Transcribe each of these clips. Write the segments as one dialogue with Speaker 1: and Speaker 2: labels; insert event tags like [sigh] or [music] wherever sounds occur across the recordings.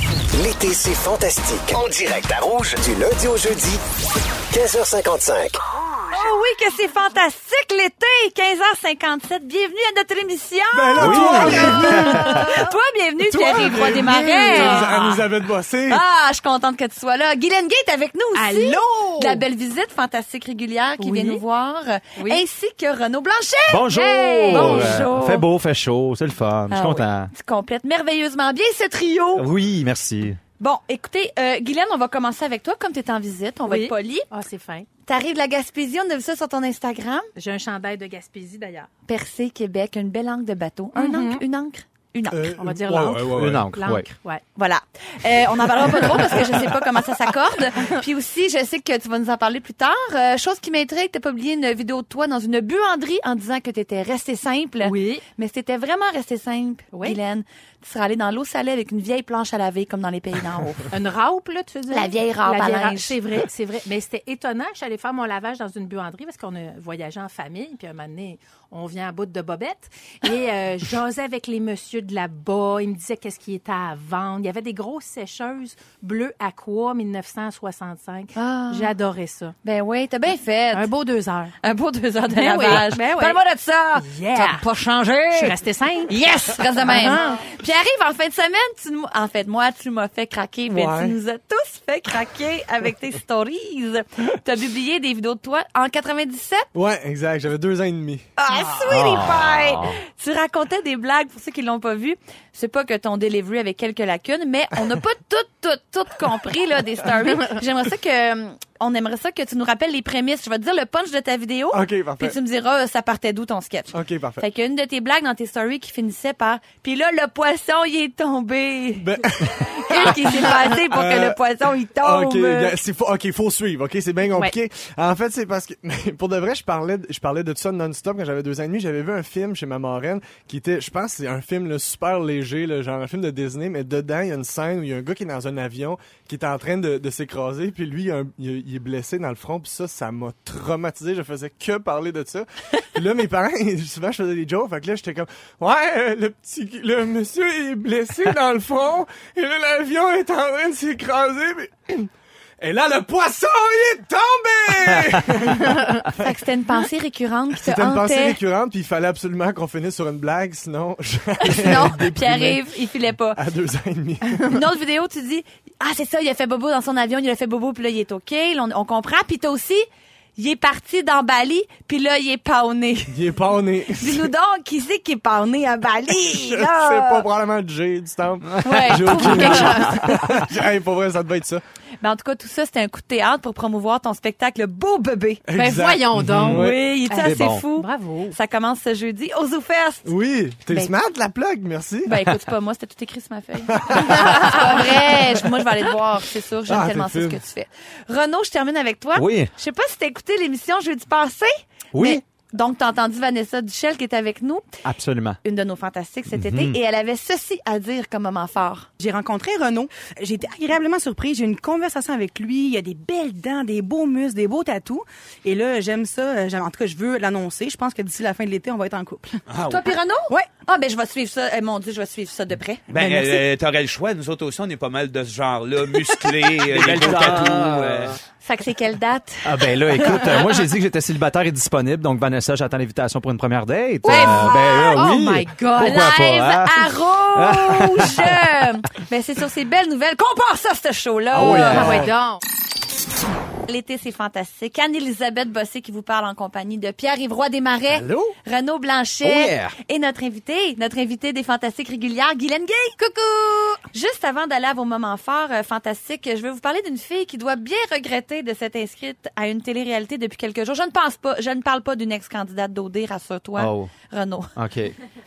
Speaker 1: écoutez C'est fantastique. En direct à Rouge, du lundi au jeudi, 15h55.
Speaker 2: Oh oui, que c'est fantastique l'été, 15h57. Bienvenue à notre émission.
Speaker 3: Ben là, toi, bienvenue.
Speaker 2: Toi, bienvenue,
Speaker 3: Toi,
Speaker 2: Pierre-Yves Roy
Speaker 3: bienvenue,
Speaker 2: Desmarais.
Speaker 3: Elisa- Elisabeth Bossé.
Speaker 2: Ah, je suis contente que tu sois là. Guylaine Gay est avec nous aussi.
Speaker 4: Allô?
Speaker 2: De la belle visite fantastique régulière qui vient nous voir. Ainsi que Renaud Blanchet.
Speaker 5: Bonjour! Euh,
Speaker 2: Hey! Bonjour.
Speaker 5: Fait beau, fait chaud, c'est le fun. Je
Speaker 2: Ah
Speaker 5: suis content. Ah
Speaker 2: oui. Tu complètes merveilleusement bien ce trio.
Speaker 5: Oui, merci.
Speaker 2: Bon, écoutez, euh, Guylaine, on va commencer avec toi. Comme tu es en visite, on va
Speaker 4: Oui.
Speaker 2: être poli.
Speaker 4: Ah, c'est fin.
Speaker 2: T'arrives de la Gaspésie, on a vu ça sur ton Instagram.
Speaker 4: J'ai un chandail de Gaspésie, d'ailleurs.
Speaker 2: Percé, Québec, une belle ancre de bateau. Un ancre, une ancre, une ancre.
Speaker 3: Euh,
Speaker 4: On va dire
Speaker 3: ouais,
Speaker 4: l'encre.
Speaker 3: ouais, ouais, ouais.
Speaker 5: Une encre,
Speaker 4: L'encre,
Speaker 5: ouais.
Speaker 4: ouais.
Speaker 2: Voilà. Euh, on n'en parlera pas trop parce que je sais pas comment ça [laughs] s'accorde. Puis aussi, je sais que tu vas nous en parler plus tard. Euh, chose qui m'intrigue, t'as publié une vidéo de toi dans une buanderie en disant que t'étais resté simple.
Speaker 4: Oui.
Speaker 2: Mais c'était vraiment resté simple,
Speaker 4: Oui.
Speaker 2: Guylaine. Tu serais allée dans l'eau salée avec une vieille planche à laver comme dans les pays d'en haut.
Speaker 4: Une raupe, là, tu veux dire?
Speaker 2: La vieille raupe
Speaker 4: La
Speaker 2: à
Speaker 4: vieille
Speaker 2: linge.
Speaker 4: raupe, C'est vrai, c'est vrai. Mais c'était étonnant. Je suis allée faire mon lavage dans une buanderie parce qu'on a voyagé en famille. Puis à un moment donné, on vient à bout de bobette. Et
Speaker 2: [laughs]
Speaker 4: euh, je jasais avec les messieurs de là-bas. Ils me disaient qu'est-ce qui était à vendre. Il y avait des grosses sécheuses bleues aqua 1965.
Speaker 2: Ah.
Speaker 4: J'adorais ça.
Speaker 2: [laughs] ben oui, t'as bien fait.
Speaker 4: Un beau deux heures.
Speaker 2: Un beau deux heures de
Speaker 4: Ben oui,
Speaker 2: lavage.
Speaker 4: ben oui.
Speaker 2: Parle-moi de ça.
Speaker 4: Yeah.
Speaker 2: T'as pas changé.
Speaker 4: Je suis restée simple.
Speaker 2: Yes! Reste de même.
Speaker 4: Ah.
Speaker 2: Puis arrive en fin de semaine, tu nous- en fait, moi, tu m'as fait craquer, mais
Speaker 3: Ouais.
Speaker 2: tu nous as tous fait craquer avec tes stories. T'as publié des vidéos de toi en 97.
Speaker 3: Ouais, exact. J'avais deux ans et demi.
Speaker 2: Ah, sweetie
Speaker 5: Ah.
Speaker 2: pie! Tu racontais des blagues pour ceux qui l'ont pas vu. C'est pas que ton delivery avait quelques lacunes, mais on n'a pas tout, tout, tout compris, là, des stories. J'aimerais ça que, hum, on aimerait ça que tu nous rappelles les prémices. Je vais te dire le punch de ta vidéo.
Speaker 3: OK, parfait.
Speaker 2: Puis tu me diras, euh, ça partait d'où ton sketch.
Speaker 3: OK, parfait.
Speaker 2: Fait qu'une de tes blagues dans tes stories qui finissait par Puis là, le poisson, il est tombé.
Speaker 3: Ben,
Speaker 2: [laughs] Qu'est-ce qui s'est passé pour que
Speaker 3: Euh,
Speaker 2: le poisson, il tombe?
Speaker 3: OK, ben gars, c'est faut, OK, faut suivre. OK, c'est bien compliqué. En fait, c'est parce que [laughs] pour de vrai, je parlais de- je parlais de tout ça non-stop quand j'avais deux ans et demi, j'avais vu un film chez ma marraine qui était je pense que c'est un film là, super léger là, genre un film de Disney mais dedans il y a une scène où il y a un gars qui est dans un avion qui est en train de, de s'écraser puis lui il, a un- il a- il est blessé dans le front puis ça ça m'a traumatisé, je faisais que parler de ça. Puis là mes parents [laughs] souvent je faisais des jokes, fait que là j'étais comme ouais, euh, le petit le monsieur il est blessé dans le front et là l'avion est en train de s'écraser mais... Et là, le poisson, il est [laughs] tombé!
Speaker 2: Fait
Speaker 3: [laughs]
Speaker 2: que c'était une pensée récurrente qui te
Speaker 3: C'était une pensée
Speaker 2: hantait.
Speaker 3: récurrente, puis il fallait absolument qu'on finisse sur une blague, sinon [laughs] j'allais
Speaker 2: Non, puis
Speaker 3: déprimer
Speaker 2: arrive, il filait pas.
Speaker 3: à deux ans et demi.
Speaker 2: Une autre vidéo, tu dis Ah, c'est ça, il a fait bobo dans son avion, il a fait bobo, puis là, il est OK, là, on, on comprend. Puis toi aussi, il est parti dans Bali, puis là, il est paoné.
Speaker 3: Il est pas né. [laughs] C'est
Speaker 2: [laughs] Dis-nous donc, qui c'est qui est paoné à Bali? là?
Speaker 3: pas probablement Jay du
Speaker 2: [laughs]
Speaker 3: temps.
Speaker 2: Ouais,
Speaker 3: J'ai
Speaker 2: trouve-nous
Speaker 3: aucune
Speaker 2: quelque
Speaker 3: idée.
Speaker 2: chose.
Speaker 3: hey, pour vrai, ça devait être ça.
Speaker 2: Mais Ben, en tout cas, tout ça, c'était un coup de théâtre pour promouvoir ton spectacle Le Beau Bébé.
Speaker 4: Ben
Speaker 3: Exact.
Speaker 4: voyons
Speaker 5: Mm-hmm.
Speaker 4: donc.
Speaker 3: Ouais.
Speaker 2: Oui, il est
Speaker 4: Ah,
Speaker 2: assez
Speaker 5: bon.
Speaker 2: fou.
Speaker 4: Bravo.
Speaker 2: Ça commence ce jeudi au Zoo Fest.
Speaker 3: Oui, t'es
Speaker 2: Ben-
Speaker 3: smart, la plug, merci.
Speaker 2: Ben écoute, c'est pas moi, c'était tout écrit sur ma [laughs] feuille. c'est pas vrai. Je- Moi, je vais aller te voir, c'est sûr. J'aime
Speaker 3: Ah,
Speaker 2: tellement ça
Speaker 3: t'es
Speaker 2: ce que
Speaker 3: fine.
Speaker 2: tu fais. Renaud, je termine avec toi.
Speaker 5: Oui.
Speaker 2: Je sais pas si t'as écouté l'émission jeudi passé.
Speaker 5: Oui.
Speaker 2: mais- donc, t'as entendu Vanessa Duchel qui est avec nous,
Speaker 5: Absolument.
Speaker 2: une de nos fantastiques cet été, et elle avait ceci à dire comme moment fort.
Speaker 6: J'ai rencontré Renaud. J'ai été agréablement surprise. J'ai eu une conversation avec lui. Il a des belles dents, des beaux muscles, des beaux tatous. Et là, j'aime ça. Euh, j'aime- En tout cas, je veux l'annoncer. Je pense que d'ici la fin de l'été, on va être en couple.
Speaker 2: Toi, puis Renaud?
Speaker 6: Ouais.
Speaker 2: Ah, ben, je vais suivre ça. Eh, mon Dieu, je vais suivre ça de près.
Speaker 7: Ben,
Speaker 6: merci.
Speaker 7: euh, t'aurais le choix. Nous autres aussi, on est pas mal de ce genre-là, [laughs] musclés, euh, les
Speaker 5: belles
Speaker 7: gros
Speaker 5: dents.
Speaker 7: tatous. euh.
Speaker 2: Fait que c'est quelle date?
Speaker 5: Ah ben [laughs] là, écoute, euh, moi j'ai dit que j'étais célibataire et disponible, donc Vanessa, j'attends l'invitation pour une première date. Euh, ben là, oui.
Speaker 4: Oh my God.
Speaker 5: Pourquoi
Speaker 2: Live
Speaker 5: pas, hein?
Speaker 2: à
Speaker 5: [laughs]
Speaker 2: rouge! ben, c'est sur ces belles nouvelles qu'on part ça, ce show-là.
Speaker 5: Oh yeah.
Speaker 4: Ah, ouais, donc.
Speaker 2: L'été, c'est fantastique. Anne-Elisabeth Bossé qui vous parle en compagnie de Pierre-Yves Roy Desmarais,
Speaker 5: Allô?
Speaker 2: Renaud Blanchet
Speaker 5: Oh yeah.
Speaker 2: et notre invité, notre invité des Fantastiques régulières, Guylaine Gay. Coucou! Juste avant d'aller à vos moments forts euh, fantastiques, je vais vous parler d'une fille qui doit bien regretter de s'être inscrite à une télé-réalité depuis quelques jours. Je ne pense pas, je ne parle pas d'une ex-candidate d'OD, rassure-toi,
Speaker 5: Oh.
Speaker 2: Renaud.
Speaker 5: OK.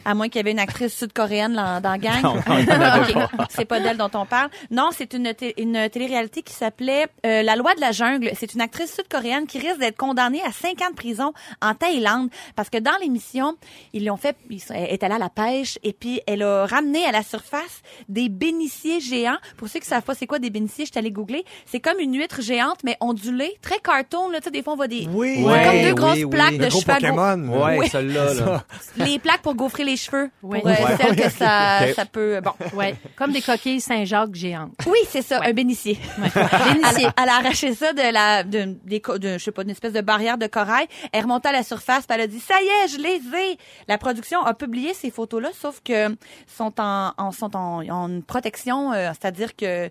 Speaker 2: À moins qu'il y avait une actrice sud-coréenne là, dans la gang.
Speaker 5: Non, non, il y
Speaker 2: [laughs]
Speaker 5: en avait
Speaker 2: Ok, C'est pas d'elle dont on parle. Non, c'est une, té- une télé-réalité qui s'appelait euh, La loi de la jungle. Yul. C'est une actrice sud-coréenne qui risque d'être condamnée à 5 ans de prison en Thaïlande parce que dans l'émission, ils l'ont fait, ils sont- elle est allée à la pêche et puis elle a ramené à la surface des bénissiers géants. Pour ceux qui savent pas c'est quoi des bénissiers, je suis allée googler. C'est comme une huître géante mais ondulée, très cartoon là, tu sais des fois on voit des
Speaker 3: Oui.
Speaker 2: on voit
Speaker 5: Ouais,
Speaker 2: comme deux
Speaker 5: oui,
Speaker 2: grosses
Speaker 5: oui.
Speaker 2: plaques
Speaker 5: Le
Speaker 2: de
Speaker 3: Le gros
Speaker 2: cheveux à gau-
Speaker 3: Pokémon. là.
Speaker 5: Ouais, celle-là. Là.
Speaker 2: les plaques pour gaufrer les cheveux
Speaker 4: Oui.
Speaker 2: pour euh,
Speaker 4: Ouais.
Speaker 2: celles que ça
Speaker 5: Ok.
Speaker 2: ça peut bon.
Speaker 4: Ouais, comme des coquilles Saint-Jacques géantes.
Speaker 2: Oui, c'est ça, un bénissier. [laughs]
Speaker 4: Bénissier.
Speaker 2: Elle, elle a arraché ça de la, de, des co- de- je sais pas, d'une espèce de barrière de corail. Elle remontait à la surface, puis elle a dit, ça y est, je les ai. La production a publié ces photos-là, sauf que sont en, en- sont en, en protection, euh, c'est-à-dire que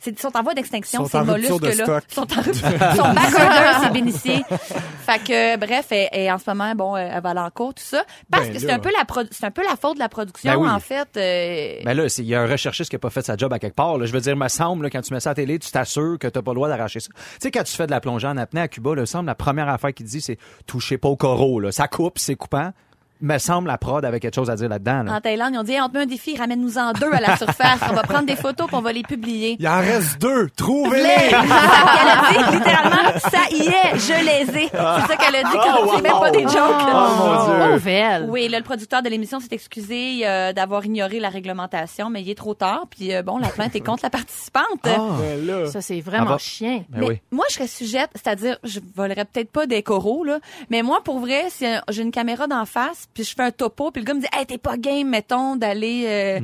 Speaker 2: c'est, sont en voie d'extinction,
Speaker 3: Sont
Speaker 2: ces
Speaker 3: en rupture de
Speaker 2: mollusques-là.
Speaker 3: stock.
Speaker 2: Sont en rupture- sont back order, ces bénissiers. Fait que, euh, bref, elle- elle, en ce moment, bon, elle va en cours, tout ça. Parce
Speaker 3: Ben
Speaker 2: que c'est
Speaker 3: là.
Speaker 2: un peu la pro- c'est un peu la faute de la production,
Speaker 5: Ben oui.
Speaker 2: en fait. euh,
Speaker 5: Ben là, c'est- il y a un recherchiste qui n'a pas fait sa job à quelque part. là. Je veux dire, me semble, là, quand tu mets ça à la télé, tu t'assures que tu n'as pas le droit d'arracher ça. Tu sais, quand tu fais de la plongée en apnée à Cuba, là, il me semble, la première affaire qu'il dit, c'est touchez pas au coraux. Là. Ça coupe, c'est coupant. Me semble, la prod avait quelque chose à dire là-dedans. là.
Speaker 4: Ah,
Speaker 2: En Thaïlande, ils ont dit, Hey, on te met un défi, ramène-nous en deux à
Speaker 3: [laughs]
Speaker 2: la surface. On va prendre des photos puis on va les publier.
Speaker 3: Il en reste deux.
Speaker 2: Elle
Speaker 3: Trouvez-les.
Speaker 2: a dit littéralement, ça y est, je les ai. C'est ça qu'elle a dit quand c'est même
Speaker 3: Oh,
Speaker 2: pas des
Speaker 3: Ah.
Speaker 2: jokes.
Speaker 4: Oh, Nouvelle.
Speaker 2: Oui, là, le producteur de l'émission s'est excusé euh, d'avoir ignoré la réglementation, mais il est trop tard. Puis euh, bon, la plainte est contre la participante.
Speaker 3: Ben là.
Speaker 4: Ça, c'est
Speaker 5: Ah
Speaker 4: vraiment
Speaker 5: bon?
Speaker 4: chien.
Speaker 5: Ben
Speaker 2: Mais
Speaker 5: oui.
Speaker 2: moi, je serais sujette, c'est-à-dire, je volerais peut-être pas des coraux, là, mais moi, pour vrai, si euh, j'ai une caméra d'en face, puis je fais un topo, puis le gars me dit, hey, t'es pas game, mettons, d'aller euh,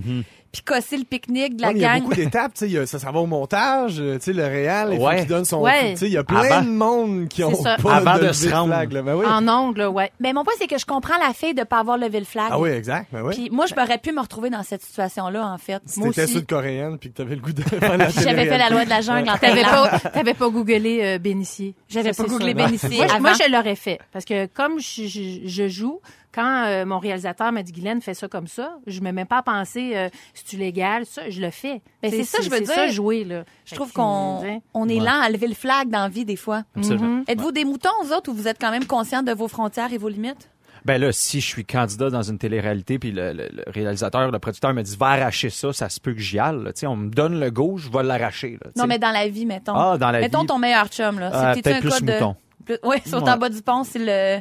Speaker 2: picosser le pique-nique de la
Speaker 3: Mm-hmm. Ouais, mais il y a
Speaker 2: gang.
Speaker 3: beaucoup d'étapes, tu sais, il y a- ça, ça va au montage, euh, tu sais, le réal, il faut
Speaker 5: Ouais.
Speaker 3: qu'il donne son,
Speaker 4: Ouais.
Speaker 3: tu sais, il y a plein
Speaker 5: Avant-
Speaker 3: de monde qui ont
Speaker 4: ça.
Speaker 3: pas
Speaker 5: Avant de
Speaker 3: lever
Speaker 5: se
Speaker 3: de
Speaker 5: rendre.
Speaker 3: flag, là. Ben oui.
Speaker 4: En ongles,
Speaker 2: [laughs]
Speaker 4: ouais.
Speaker 2: Mais Ben, mon point, c'est que je comprends la fille de pas avoir levé le flag.
Speaker 3: Ah oui, exact, ben oui.
Speaker 2: Puis moi, je m'aurais pu me retrouver dans cette situation-là, en fait.
Speaker 3: Si
Speaker 2: Moi
Speaker 3: t'étais
Speaker 2: aussi,
Speaker 3: sud-coréenne puis que t'avais le goût de faire la
Speaker 2: si j'avais fait la loi de la jungle en
Speaker 4: T'avais
Speaker 2: Thaïlande.
Speaker 4: pas, t'avais pas googlé euh, bénissier.
Speaker 2: J'avais
Speaker 4: Ça,
Speaker 2: pas
Speaker 4: c'est
Speaker 2: googlé
Speaker 4: sûr.
Speaker 2: bénissier
Speaker 4: Moi, je-
Speaker 2: avant.
Speaker 4: moi, je l'aurais fait. Parce que comme je, je- je joue, quand euh, mon réalisateur m'a dit, Guylaine, fais ça comme ça, je me mets même pas à penser, euh, si tu légal, ça, je le fais.
Speaker 2: Ben,
Speaker 4: Tu
Speaker 2: c'est
Speaker 4: sais,
Speaker 2: ça, je veux
Speaker 4: c'est
Speaker 2: dire.
Speaker 4: ça, jouer, là.
Speaker 2: Je trouve qu'on on est lent à lever le flag dans la vie, des fois. Mm.
Speaker 5: Absolument.
Speaker 4: mm-hmm.
Speaker 2: Êtes-vous des moutons, vous autres, ou vous êtes quand même conscients de vos frontières et vos limites?
Speaker 5: Ben là, si je suis candidat dans une télé-réalité, puis le, le- le réalisateur, le producteur me dit va arracher ça, ça se peut que j'y aille. là. Tu sais, on me donne le go, je vais l'arracher. là, tu sais.
Speaker 2: Non, mais dans la vie, mettons.
Speaker 5: Ah, dans la
Speaker 2: mettons
Speaker 5: vie.
Speaker 2: ton meilleur chum, là.
Speaker 5: Ah,
Speaker 2: C'est
Speaker 5: peut-être plus mouton.
Speaker 2: Oui, saute
Speaker 5: Ouais.
Speaker 2: en bas du pont, si le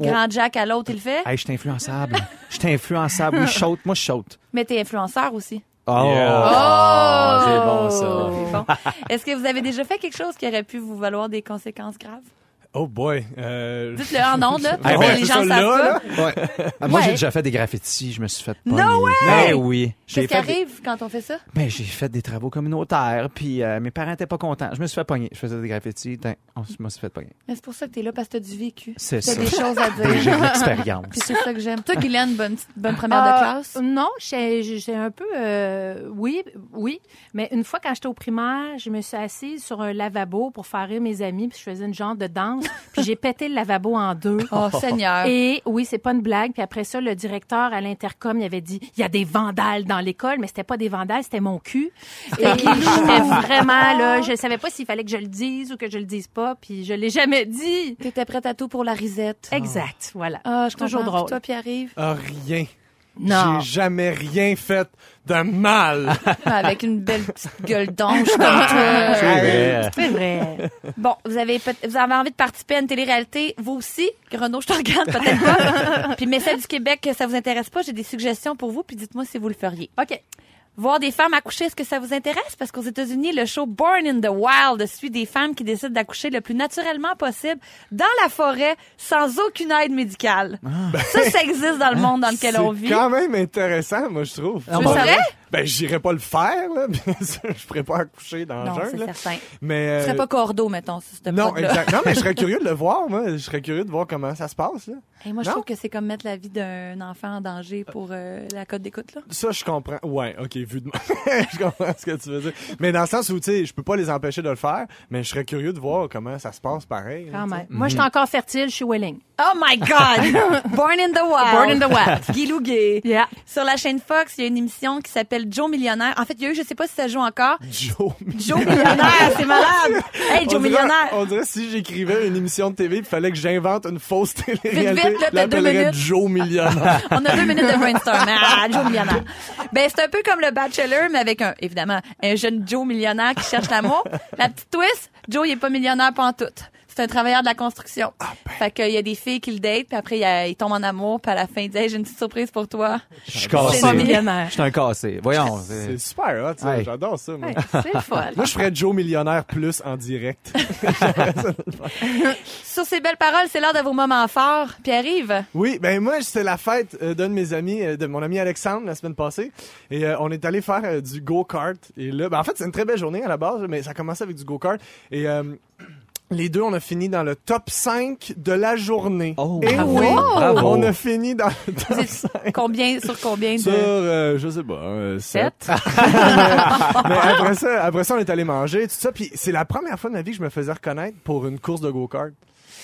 Speaker 2: grand Jack à l'autre, il le fait.
Speaker 5: Hey, je suis influençable. Je suis influençable. Oui, je saute. Moi, je saute.
Speaker 2: Mais t'es influenceur aussi.
Speaker 5: Oh,
Speaker 2: Oh!
Speaker 5: c'est bon Ah, ça.
Speaker 2: C'est bon. Est-ce que vous avez déjà fait quelque chose qui aurait pu vous valoir des conséquences graves?
Speaker 3: Oh boy, euh,
Speaker 2: Dites-le en ondes, là.
Speaker 5: Ah,
Speaker 2: pour
Speaker 5: ben,
Speaker 2: que les
Speaker 3: c'est
Speaker 2: gens savent
Speaker 3: ça, là,
Speaker 2: pas.
Speaker 3: là.
Speaker 5: Ah, Moi,
Speaker 2: Ouais.
Speaker 5: j'ai déjà fait des graffitis, je me suis fait
Speaker 2: No
Speaker 5: pogner.
Speaker 2: way!
Speaker 5: Ben oui.
Speaker 2: Qu'est-ce
Speaker 5: J'ai
Speaker 2: qui
Speaker 5: fait, des-
Speaker 2: arrive quand on fait ça?
Speaker 5: ben, j'ai fait des travaux communautaires, puis euh, mes parents étaient pas contents. Je me suis fait pogner. Je faisais des graffitis, tain, on s- moi, je me suis fait pogner.
Speaker 2: Mais c'est pour ça que t'es là, parce que t'as du vécu.
Speaker 5: C'est
Speaker 2: T'as
Speaker 5: ça.
Speaker 2: des choses à
Speaker 5: Ben, J'ai
Speaker 2: dire.
Speaker 5: de l'expérience.
Speaker 2: Puis c'est ça que j'aime. Ah, Toi, Guylaine, bonne, petite- bonne première de
Speaker 4: Euh,
Speaker 2: classe.
Speaker 4: Non, j'ai j'ai un peu... euh, oui, oui. Mais une fois, quand j'étais au primaire, je me suis assise sur un lavabo pour faire rire mes amis, puis je faisais une genre
Speaker 2: [laughs]
Speaker 4: de danse, puis j'ai pété le lavabo en deux.
Speaker 2: Oh, Seigneur.
Speaker 4: Et oui, c'est pas une blague. Puis après ça, le directeur à l'intercom, il avait dit il y a des vandales dans l'école, mais c'était pas des vandales, c'était mon cul. Et
Speaker 2: [laughs]
Speaker 4: j'étais vraiment là, je savais pas s'il fallait que je le dise ou que je le dise pas, puis je l'ai jamais dit.
Speaker 2: T'étais prête à tout pour la risette.
Speaker 4: Exact, voilà.
Speaker 2: Ah, je
Speaker 4: Toujours
Speaker 2: comprends.
Speaker 4: drôle.
Speaker 2: Puis Toi, Pierre-Yves,
Speaker 3: Ah, rien.
Speaker 4: Non.
Speaker 3: J'ai jamais rien fait de
Speaker 5: [laughs]
Speaker 3: mal.
Speaker 2: avec une belle petite gueule d'ange comme [laughs] toi.
Speaker 5: Ouais.
Speaker 4: C'est vrai.
Speaker 2: Bon, vous avez, peut- vous avez envie de participer à une télé-réalité, vous aussi, Renaud, je te regarde peut-être [laughs] pas. Puis Message du Québec, ça vous intéresse pas, j'ai des suggestions pour vous, puis dites-moi si vous le feriez.
Speaker 4: OK.
Speaker 2: Voir des femmes accoucher, est-ce que ça vous intéresse? Parce qu'aux États-Unis, le show Born in the Wild suit des femmes qui décident d'accoucher le plus naturellement possible dans la forêt sans aucune aide médicale. [laughs] Ça, ça existe dans le monde dans
Speaker 3: Ah. C'est
Speaker 2: lequel on vit.
Speaker 3: quand même intéressant, moi, je trouve.
Speaker 5: Ah,
Speaker 2: Tu le savais?
Speaker 3: Ben, j'irais pas le faire, là. [laughs] Bien sûr, je ferais pas accoucher dans
Speaker 2: Non,
Speaker 3: le
Speaker 2: c'est
Speaker 3: jungle. là.
Speaker 2: certain.
Speaker 3: Mais.
Speaker 2: Tu serais
Speaker 3: euh,
Speaker 2: pas cordeau, mettons, sur cette
Speaker 3: non,
Speaker 2: prod-là.
Speaker 3: exact. Non, mais je
Speaker 2: [laughs]
Speaker 3: serais curieux de le voir, moi. Je serais curieux de voir comment ça se passe, là.
Speaker 2: Et moi, je
Speaker 3: Non.
Speaker 2: trouve que c'est comme mettre la vie d'un enfant en danger pour euh, la cote d'écoute, là.
Speaker 3: Ça, je comprends. Ouais, ok, vu de [laughs] moi. je comprends ce que tu veux dire. Mais dans le sens où, tu sais, je peux pas les empêcher de le faire, mais je serais curieux de voir comment ça se passe pareil.
Speaker 4: Quand même. Moi, je suis encore fertile, je suis willing.
Speaker 2: Oh my
Speaker 4: [laughs]
Speaker 2: God! Born in the Wild.
Speaker 4: Born in the wild.
Speaker 2: [laughs] Guilou Gay.
Speaker 4: Yeah.
Speaker 2: Sur la chaîne Fox, il y a une émission qui s'appelle s'appelle Joe Millionnaire. En fait, il y a eu, je sais pas si ça joue encore.
Speaker 3: Joe.
Speaker 4: [laughs]
Speaker 2: Joe Millionnaire, c'est malade. Hey, Joe
Speaker 3: On dirait-
Speaker 2: Millionnaire.
Speaker 3: On dirait si j'écrivais une émission de TV, il fallait que j'invente une fausse
Speaker 2: Vite,
Speaker 3: télé-réalité.
Speaker 2: vite, là,
Speaker 3: je
Speaker 2: t'as deux
Speaker 3: l'appellerais
Speaker 2: minutes.
Speaker 3: Joe Millionnaire.
Speaker 2: On a deux minutes de brainstorm. Ah, Joe millionnaire. Ben, c'est un peu comme le Bachelor, mais avec un, évidemment, un jeune Joe millionnaire qui cherche l'amour.
Speaker 4: [laughs]
Speaker 2: La petite twist, Joe, il est pas millionnaire pantoute. C'est un travailleur de la construction.
Speaker 4: Ah, ben.
Speaker 2: Fait qu'il y a des filles qui le datent, puis après, il, y a- il tombe en amour, puis à la fin, il dit, Hey, j'ai une petite surprise pour toi.
Speaker 5: [laughs] Je suis
Speaker 2: Je suis pas
Speaker 5: cassé.
Speaker 2: millionnaire.
Speaker 5: Je suis un cassé. Voyons. c'est-
Speaker 3: C'est super, hein, tu sais,
Speaker 5: Hey.
Speaker 3: j'adore ça. Moi.
Speaker 2: [laughs] Ouais, c'est folle.
Speaker 3: Moi, je ferais Joe Millionnaire plus en direct.
Speaker 2: Sur ces belles paroles, c'est l'heure de vos moments forts. Puis arrive.
Speaker 3: Oui, ben moi, c'était la fête euh, d'un de mes amis, euh, de mon ami Alexandre, la semaine passée. Et euh, on est allé faire euh, du go-kart. Et là, ben, en fait, c'est une très belle journée à la base, mais ça a commencé avec du go-kart. Et euh, les deux, on a fini dans le top 5 de la journée.
Speaker 5: Oh,
Speaker 3: et
Speaker 5: bravo.
Speaker 3: oui,
Speaker 5: Bravo.
Speaker 3: on a fini dans le top
Speaker 2: Vous
Speaker 3: [laughs]
Speaker 2: êtes combien, sur combien de...
Speaker 3: Sur, euh, je sais pas, euh, sept.
Speaker 2: Sept?
Speaker 3: [laughs] Mais après ça, après ça, on est allé manger, tout ça. Puis c'est la première fois de ma vie que je me faisais reconnaître pour une course de go-kart.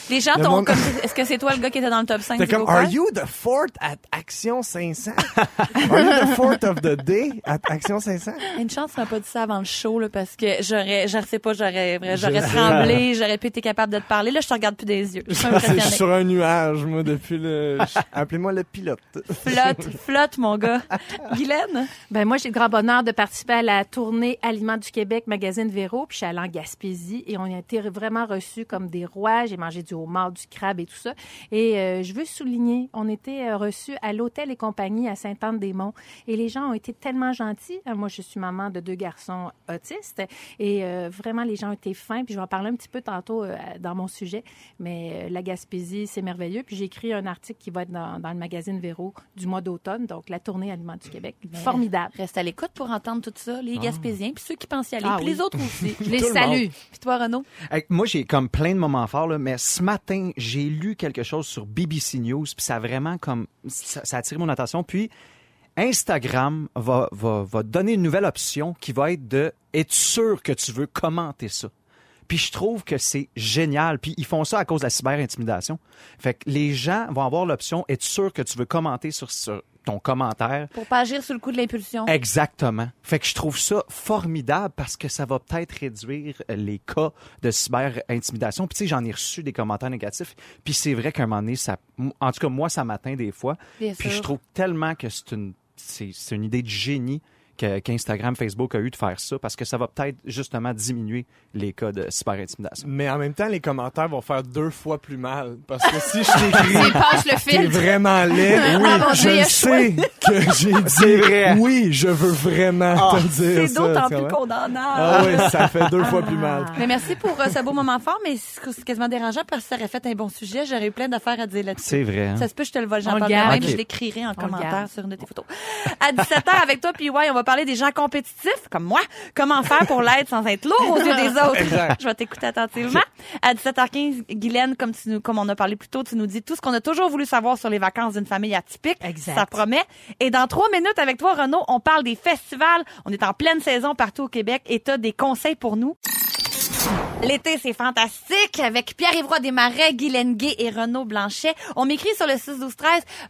Speaker 2: Les gens
Speaker 3: Le
Speaker 2: t'ont
Speaker 3: monde-
Speaker 2: comme, est-ce que c'est toi le gars qui était dans le top 5
Speaker 3: T'es
Speaker 2: du
Speaker 3: comme,
Speaker 2: go-kart?
Speaker 3: are you the fourth at Action 500? [laughs] are you the fourth of the day at Action 500?
Speaker 2: Une chance, tu m'as pas dit ça avant le show, là, parce que j'aurais, je sais pas, j'aurais, j'aurais tremblé, j'aurais pu être capable de te parler. Là, je te regarde plus des yeux. Je suis
Speaker 3: C'est
Speaker 2: impressionnée.
Speaker 3: sur un nuage, moi, depuis le... Appelez-moi le pilote.
Speaker 2: Flotte, flotte, mon
Speaker 3: [laughs]
Speaker 2: gars. Guylaine?
Speaker 4: Ben moi, j'ai le grand bonheur de participer à la tournée Aliments du Québec, magazine Véro, puis je suis allée en Gaspésie et on a été vraiment reçus comme des rois. J'ai mangé du homard, du crabe et tout ça. Et euh, je veux souligner, on était euh, reçus à l'hôtel et compagnie à Sainte-Anne-des-Monts et les gens ont été tellement gentils. Euh, Moi, je suis maman de deux garçons autistes et euh, vraiment, les gens ont été fins. Puis je vais en parler un petit peu tantôt euh, dans mon sujet, mais euh, la Gaspésie, c'est merveilleux. Puis j'ai écrit un article qui va être dans, dans le magazine Véro du mois d'automne, donc la tournée Aliments du Québec. Formidable.
Speaker 2: Reste à l'écoute pour entendre tout ça,
Speaker 3: Ah.
Speaker 2: les Gaspésiens, puis ceux qui pensent y aller,
Speaker 4: Ah
Speaker 2: puis
Speaker 4: oui.
Speaker 2: les autres
Speaker 3: [laughs]
Speaker 2: aussi.
Speaker 4: Je les
Speaker 3: Tout le
Speaker 4: salue.
Speaker 3: monde.
Speaker 2: Puis toi, Renaud?
Speaker 5: Hey, Moi, j'ai comme plein de moments forts, là, mais ce matin, j'ai lu quelque chose sur BBC News, puis ça a vraiment comme. Ça, ça a attiré mon attention. Puis, Instagram va, va, va donner une nouvelle option qui va être de être sûr que tu veux commenter ça. Puis je trouve que c'est génial. Puis ils font ça à cause de la cyberintimidation. Fait que les gens vont avoir l'option être sûr que tu veux commenter sur, sur ton commentaire.
Speaker 2: Pour pas agir sous le coup de l'impulsion.
Speaker 5: Exactement. Fait que je trouve ça formidable parce que ça va peut-être réduire euh, les cas de cyber-intimidation. Puis tu sais, j'en ai reçu des commentaires négatifs. Puis c'est vrai qu'à un moment donné, ça, en tout cas moi, ça m'atteint des fois.
Speaker 2: Bien
Speaker 5: Puis
Speaker 2: sûr.
Speaker 5: je trouve tellement que c'est une, c'est, c'est une idée de génie que- qu'Instagram, Facebook a eu de faire ça parce que ça va peut-être justement diminuer les cas de cyber-intimidation.
Speaker 3: Mais en même temps, les commentaires vont faire deux fois plus mal. Parce que si
Speaker 2: [laughs]
Speaker 3: je t'écris... [laughs]
Speaker 4: Passe le
Speaker 3: T'es
Speaker 4: fil.
Speaker 3: vraiment laid. Oui,
Speaker 2: mon
Speaker 3: je
Speaker 2: Dieu, il
Speaker 3: le
Speaker 2: a
Speaker 3: sais que j'ai dit.
Speaker 5: vrai.
Speaker 3: Oui, je veux vraiment te dire ça.
Speaker 2: C'est d'autant
Speaker 3: tu
Speaker 2: plus
Speaker 3: comprends?
Speaker 2: condamnable.
Speaker 3: Ah oui, ça fait deux fois plus mal.
Speaker 2: Mais merci pour euh, ce beau moment fort, mais c'est c'est quasiment dérangeant parce que ça aurait fait un bon sujet. J'aurais eu plein d'affaires à dire là-dessus.
Speaker 5: C'est vrai. hein?
Speaker 2: Ça se peut, je te le vole,
Speaker 4: On
Speaker 2: j'en
Speaker 4: le
Speaker 2: parle
Speaker 4: garde.
Speaker 2: même,
Speaker 5: Ok.
Speaker 2: je l'écrirai en
Speaker 4: le
Speaker 2: commentaire
Speaker 4: garde.
Speaker 2: sur une de tes photos. À 17h, avec toi, PY, on va parler des gens compétitifs, comme moi. Comment faire pour l'être sans être lourd aux yeux des autres? Je vais t'écouter attentivement. À 17h15, Guylaine, comme, tu nous, comme on a parlé plus tôt, tu nous dis tout ce qu'on a toujours voulu savoir sur les vacances d'une famille atypique.
Speaker 4: Exact.
Speaker 2: Ça promet. Et dans trois minutes, avec toi, Renaud, on parle des festivals. On est en pleine saison partout au Québec et t'as des conseils pour nous. L'été, c'est fantastique avec Pierre-Yves Roy Desmarais, Guylaine Gay et Renaud Blanchet. On m'écrit sur le 6-12-13.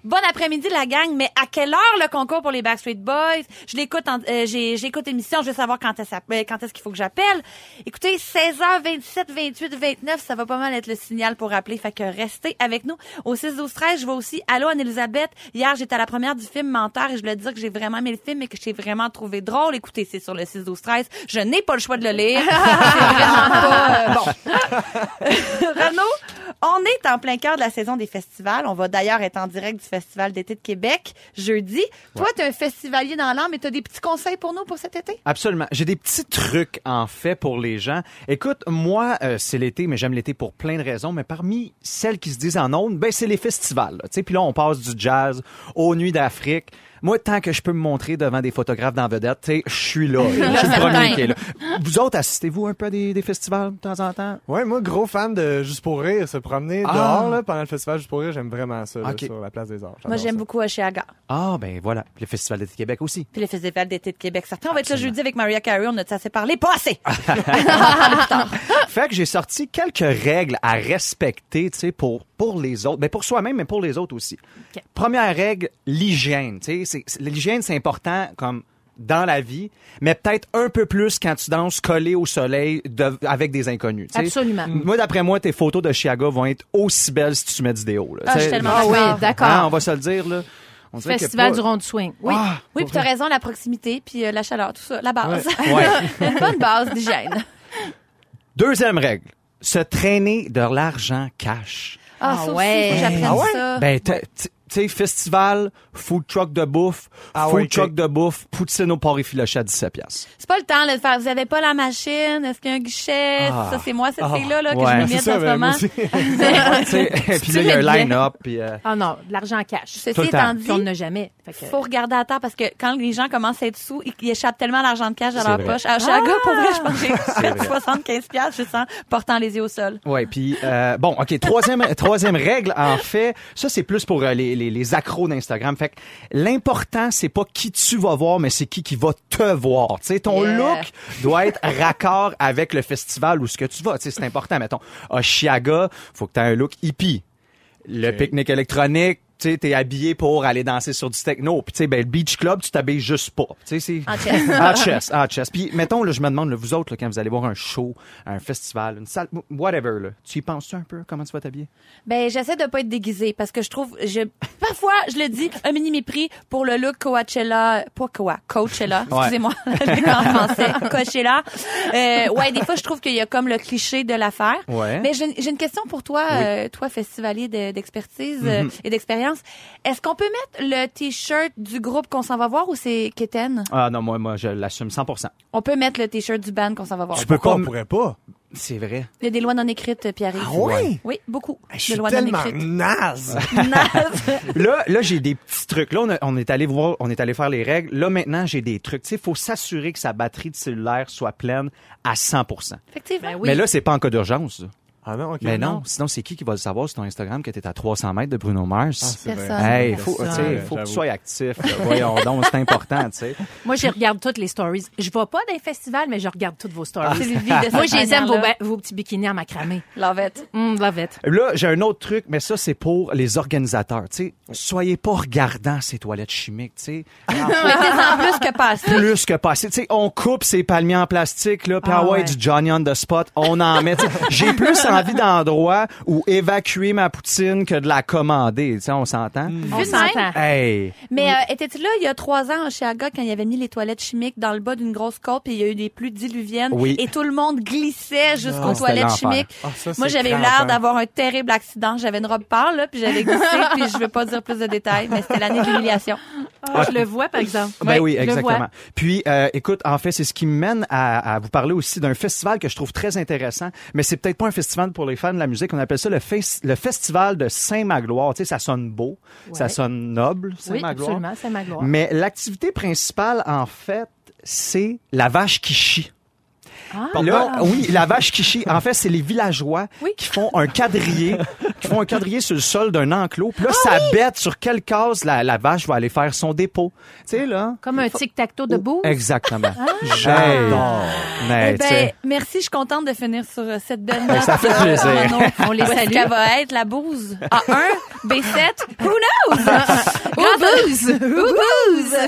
Speaker 2: Bon après-midi, la gang, mais à quelle heure le concours pour les Backstreet Boys? Je l'écoute, en- euh, j'ai- j'écoute l'émission, je veux savoir quand est-ce euh, quand est-ce qu'il faut que j'appelle. Écoutez, 16h, 27, 28, 29, ça va pas mal être le signal pour appeler. Fait que restez avec nous. Au 6-12-13, je vois aussi Allô Anne-Elisabeth. Hier, j'étais à la première du film Menteur et je voulais dire que j'ai vraiment aimé le film et que j'ai vraiment trouvé drôle. Écoutez, c'est sur le 6-12-13. Je n'ai pas le choix de le lire. C'est vraiment pas, euh, bon. Renaud, on est en plein cœur de la saison des festivals. On va d'ailleurs être en direct du Festival d'été de Québec jeudi. Toi, t'es un festivalier dans l'âme et t'as des petits conseils pour nous pour cet été?
Speaker 5: Absolument. J'ai des petits trucs en fait pour les gens. Écoute, moi, euh, c'est l'été, mais j'aime l'été pour plein de raisons. Mais parmi celles qui se disent en ondes, ben c'est les festivals. là. Tu sais, puis là, on passe du jazz aux nuits d'Afrique. Moi, tant que je peux me montrer devant des photographes dans vedette, tu sais, je suis là. Je suis le premier qui est là. Vous autres, assistez-vous un peu à des, des festivals de temps en temps?
Speaker 3: Ouais, moi, gros fan de Juste pour rire, se promener
Speaker 5: Ah.
Speaker 3: dehors là, pendant le festival Juste pour rire, j'aime vraiment ça là,
Speaker 5: Ok.
Speaker 3: sur la place des arts.
Speaker 2: Moi,
Speaker 3: J'adore
Speaker 2: j'aime
Speaker 3: ça.
Speaker 2: beaucoup Oshéaga.
Speaker 5: Ah, ben voilà, le Festival d'été de Québec aussi.
Speaker 2: Puis le Festival d'été de Québec. Certains, on va être là jeudi avec Maria Carey. On a assez parlé. Pas assez!
Speaker 5: Ah,
Speaker 2: On va en parler plus tard.
Speaker 5: Fait que j'ai sorti quelques règles à respecter, tu sais, pour, pour les autres. Mais pour soi-même, mais pour les autres aussi. Première règle, l'hygiène, tu sais. c'est- c'est- L'hygiène, c'est important comme dans la vie, mais peut-être un peu plus quand tu danses collé au soleil de- avec des inconnus. tu sais. Mm.
Speaker 4: Absolument.
Speaker 5: Moi, d'après moi, tes photos de Chiaga vont être aussi belles si tu mets du déo. là.
Speaker 2: Ah, je
Speaker 5: Tu sais,
Speaker 2: suis tellement
Speaker 5: là,
Speaker 4: Ah
Speaker 2: d'accord.
Speaker 4: oui, d'accord.
Speaker 5: hein, on va se le dire. Là. On dirait qu'il y a
Speaker 4: Festival
Speaker 5: pas-
Speaker 4: du Rond de Swing.
Speaker 2: Oui,
Speaker 5: Ah,
Speaker 2: oui
Speaker 5: pour
Speaker 2: puis tu as raison, la proximité, puis euh, la chaleur, tout ça, la base.
Speaker 5: [laughs] Ouais.
Speaker 2: Une bonne base
Speaker 5: [laughs]
Speaker 2: d'hygiène.
Speaker 5: Deuxième règle, se traîner de l'argent cash.
Speaker 2: Ah,
Speaker 4: Ah
Speaker 2: ça
Speaker 4: ouais.
Speaker 2: aussi, faut que j'apprenne
Speaker 5: Ah ouais?
Speaker 2: ça.
Speaker 5: Ben, t'as- tu tu sais, festival, food truck de bouffe,
Speaker 3: Ah
Speaker 5: food
Speaker 3: ouais,
Speaker 5: truck
Speaker 3: ok.
Speaker 5: de bouffe, poutine au porc effiloché à 17 piastres.
Speaker 2: [laughs] C'est pas le temps là, de faire. Vous avez pas la machine? Est-ce qu'il y a un guichet?
Speaker 5: Ah.
Speaker 2: Ça, c'est moi, cette
Speaker 5: Ah.
Speaker 2: fille-là là, que
Speaker 5: Ouais.
Speaker 2: je
Speaker 5: C'est
Speaker 2: m'imite
Speaker 3: ça,
Speaker 2: en ce
Speaker 3: ben, moi
Speaker 2: moment.
Speaker 3: aussi.
Speaker 5: Tu sais, puis là, il y a un line-up. puis, euh,
Speaker 4: Ah non, de l'argent cash.
Speaker 2: Ceci
Speaker 5: Tout le temps.
Speaker 2: étant
Speaker 4: Puis on
Speaker 2: dit,
Speaker 4: n'a jamais. Fait que-
Speaker 2: faut regarder à terre parce que quand les gens commencent à être sous, ils, ils échappent tellement d'argent de cash à
Speaker 5: C'est
Speaker 2: leur
Speaker 5: vrai.
Speaker 2: poche. Alors, chez un gars, pour vrai, je pense
Speaker 5: C'est
Speaker 2: que
Speaker 5: vrai.
Speaker 2: j'ai 75 piastres juste en portant les yeux au sol.
Speaker 5: Ouais, puis euh, bon, ok, troisième [laughs] troisième règle en fait, ça c'est plus pour euh, les, les les accros d'Instagram. Fait que l'important c'est pas qui tu vas voir, mais c'est qui qui va te voir. Tu sais, ton
Speaker 2: Yeah.
Speaker 5: look doit être raccord avec le festival ou ce que tu vas. Tu sais, c'est important. Mettons, à Chiaga, faut que tu aies un look hippie. Le pique-nique électronique. Tu sais, t'es habillé pour aller danser sur du techno. Puis, tu sais, ben, le beach club, tu t'habilles juste pas. Tu sais, c'est...
Speaker 2: En chess.
Speaker 5: [laughs] En chess, en chess. Puis, mettons, là, je me demande, là, vous autres, là, quand vous allez voir un show, un festival, une salle, whatever, là, tu y penses-tu un peu? Comment tu vas t'habiller?
Speaker 2: Ben, j'essaie de pas être déguisée parce que je trouve, je, parfois, je le dis, un mini mépris pour le look Coachella, pas Coa, Coachella,
Speaker 5: Ouais.
Speaker 2: excusez-moi, [laughs] je l'ai en français, Coachella. Euh, ouais, des fois, je trouve qu'il y a comme le cliché de l'affaire.
Speaker 5: Ouais.
Speaker 2: Mais j'ai j'ai une question pour toi, euh, toi, festivalier de-
Speaker 3: Mhm.
Speaker 2: d'expertise euh, et d'expérience. Est-ce qu'on peut mettre le t-shirt du groupe qu'on s'en va voir ou c'est Kéten?
Speaker 5: Ah, non, moi, moi, je l'assume 100
Speaker 2: On peut mettre le t-shirt du band qu'on s'en va voir.
Speaker 3: Tu peux
Speaker 5: Pourquoi
Speaker 3: pas,
Speaker 5: on
Speaker 3: on pourrait pas.
Speaker 5: C'est vrai.
Speaker 2: Il y a des lois non écrites, Pierre.
Speaker 3: Ah ouais?
Speaker 2: Oui, beaucoup.
Speaker 3: Ben, Je
Speaker 2: de
Speaker 3: suis
Speaker 2: lois non
Speaker 3: tellement [laughs]
Speaker 2: écrites. [laughs]
Speaker 3: naze.
Speaker 5: Là, là, j'ai des petits trucs. Là, on, a- on est allé voir, on est allé faire les règles. Là, maintenant, j'ai des trucs. Tu sais, faut s'assurer que sa batterie de cellulaire soit pleine à 100
Speaker 2: Effectivement.
Speaker 4: Ben oui.
Speaker 5: Mais là, c'est pas en cas d'urgence. ça.
Speaker 3: Ah non, ok.
Speaker 5: Mais non, sinon, c'est qui qui va le savoir sur ton Instagram que t'es à 300 mètres de Bruno
Speaker 3: Ah,
Speaker 5: Mars?
Speaker 3: c'est vrai.
Speaker 2: Personne.
Speaker 5: Hey, faut, tu
Speaker 3: Personne.
Speaker 5: sais, faut que tu
Speaker 3: J'avoue.
Speaker 5: sois actif. là. Voyons donc, c'est important, tu sais.
Speaker 4: Moi, je regarde toutes les stories. Je vais pas dans les festivals, mais je regarde toutes vos stories.
Speaker 2: Sylvie, de
Speaker 4: Moi,
Speaker 2: cette
Speaker 4: je les aime, vos,
Speaker 2: manière-là. Mm,
Speaker 4: ba- vos petits bikinis à macramé.
Speaker 2: Love it.
Speaker 4: Hum, love it.
Speaker 5: Là, j'ai un autre truc, mais ça, c'est pour les organisateurs. Tu sais, soyez pas regardants ces toilettes chimiques, tu sais. En
Speaker 2: Mais t'es en plus que
Speaker 5: [laughs]
Speaker 2: passé.
Speaker 5: Plus que passé. Tu sais, on coupe ces palmiers en plastique, là, puis
Speaker 4: Ah
Speaker 5: ah ouais,
Speaker 4: ouais.
Speaker 5: du Johnny on the spot, on en met. Tu sais, J'ai plus envie d'endroits où évacuer ma poutine que de la commander, tu sais, on s'entend?
Speaker 4: On
Speaker 2: de même.
Speaker 4: s'entend.
Speaker 5: Hey!
Speaker 2: Mais euh, étais-tu là il y a trois ans à Chiaga quand il avait mis les toilettes chimiques dans le bas d'une grosse côte et il y a eu des pluies diluviennes
Speaker 5: Oui.
Speaker 2: et tout le monde glissait jusqu'aux
Speaker 5: Ah, c'était
Speaker 2: toilettes
Speaker 5: l'enfer.
Speaker 2: chimiques.
Speaker 3: Ah, ça,
Speaker 2: Moi
Speaker 3: c'est
Speaker 2: j'avais eu
Speaker 3: crampant.
Speaker 2: l'air d'avoir un terrible accident. J'avais une robe pâle là, puis j'avais glissé puis je veux pas dire plus de détails mais c'était l'année de l'humiliation.
Speaker 4: Ah, je le vois, par exemple.
Speaker 5: Ben oui,
Speaker 4: je le
Speaker 5: exactement.
Speaker 4: vois.
Speaker 5: Puis, euh, écoute, en fait, c'est ce qui me mène à, à vous parler aussi d'un festival que je trouve très intéressant, mais c'est peut-être pas un festival pour les fans de la musique. On appelle ça le, fes- le festival de Saint-Magloire. Tu sais, ça sonne beau, ça
Speaker 4: Ouais.
Speaker 5: sonne noble,
Speaker 4: Oui,
Speaker 5: Saint-Magloire.
Speaker 4: absolument, c'est ma gloire.
Speaker 5: Mais l'activité principale, en fait, c'est la vache qui chie.
Speaker 4: Ah,
Speaker 5: Là, oui, la vache qui chie. En fait, c'est les villageois
Speaker 2: Oui.
Speaker 5: qui font un quadrillé, qui font un quadrillé sur le sol d'un enclos. Puis là,
Speaker 4: Ah
Speaker 5: ça bête sur quelle case la, la vache va aller faire son dépôt. Tu sais, là.
Speaker 4: Comme un tic-tac-toe debout.
Speaker 5: Exactement. J'adore. Mais,
Speaker 2: Ah. Eh
Speaker 5: tu
Speaker 2: ben,
Speaker 5: sais,
Speaker 2: merci, je suis contente de finir sur euh, cette belle note.
Speaker 5: ça fait
Speaker 2: Euh,
Speaker 5: plaisir.
Speaker 2: Renaud, On les
Speaker 4: Où est-ce
Speaker 2: salue.
Speaker 4: qu'elle
Speaker 2: va être la bouse. A1, B7, who knows? bouse?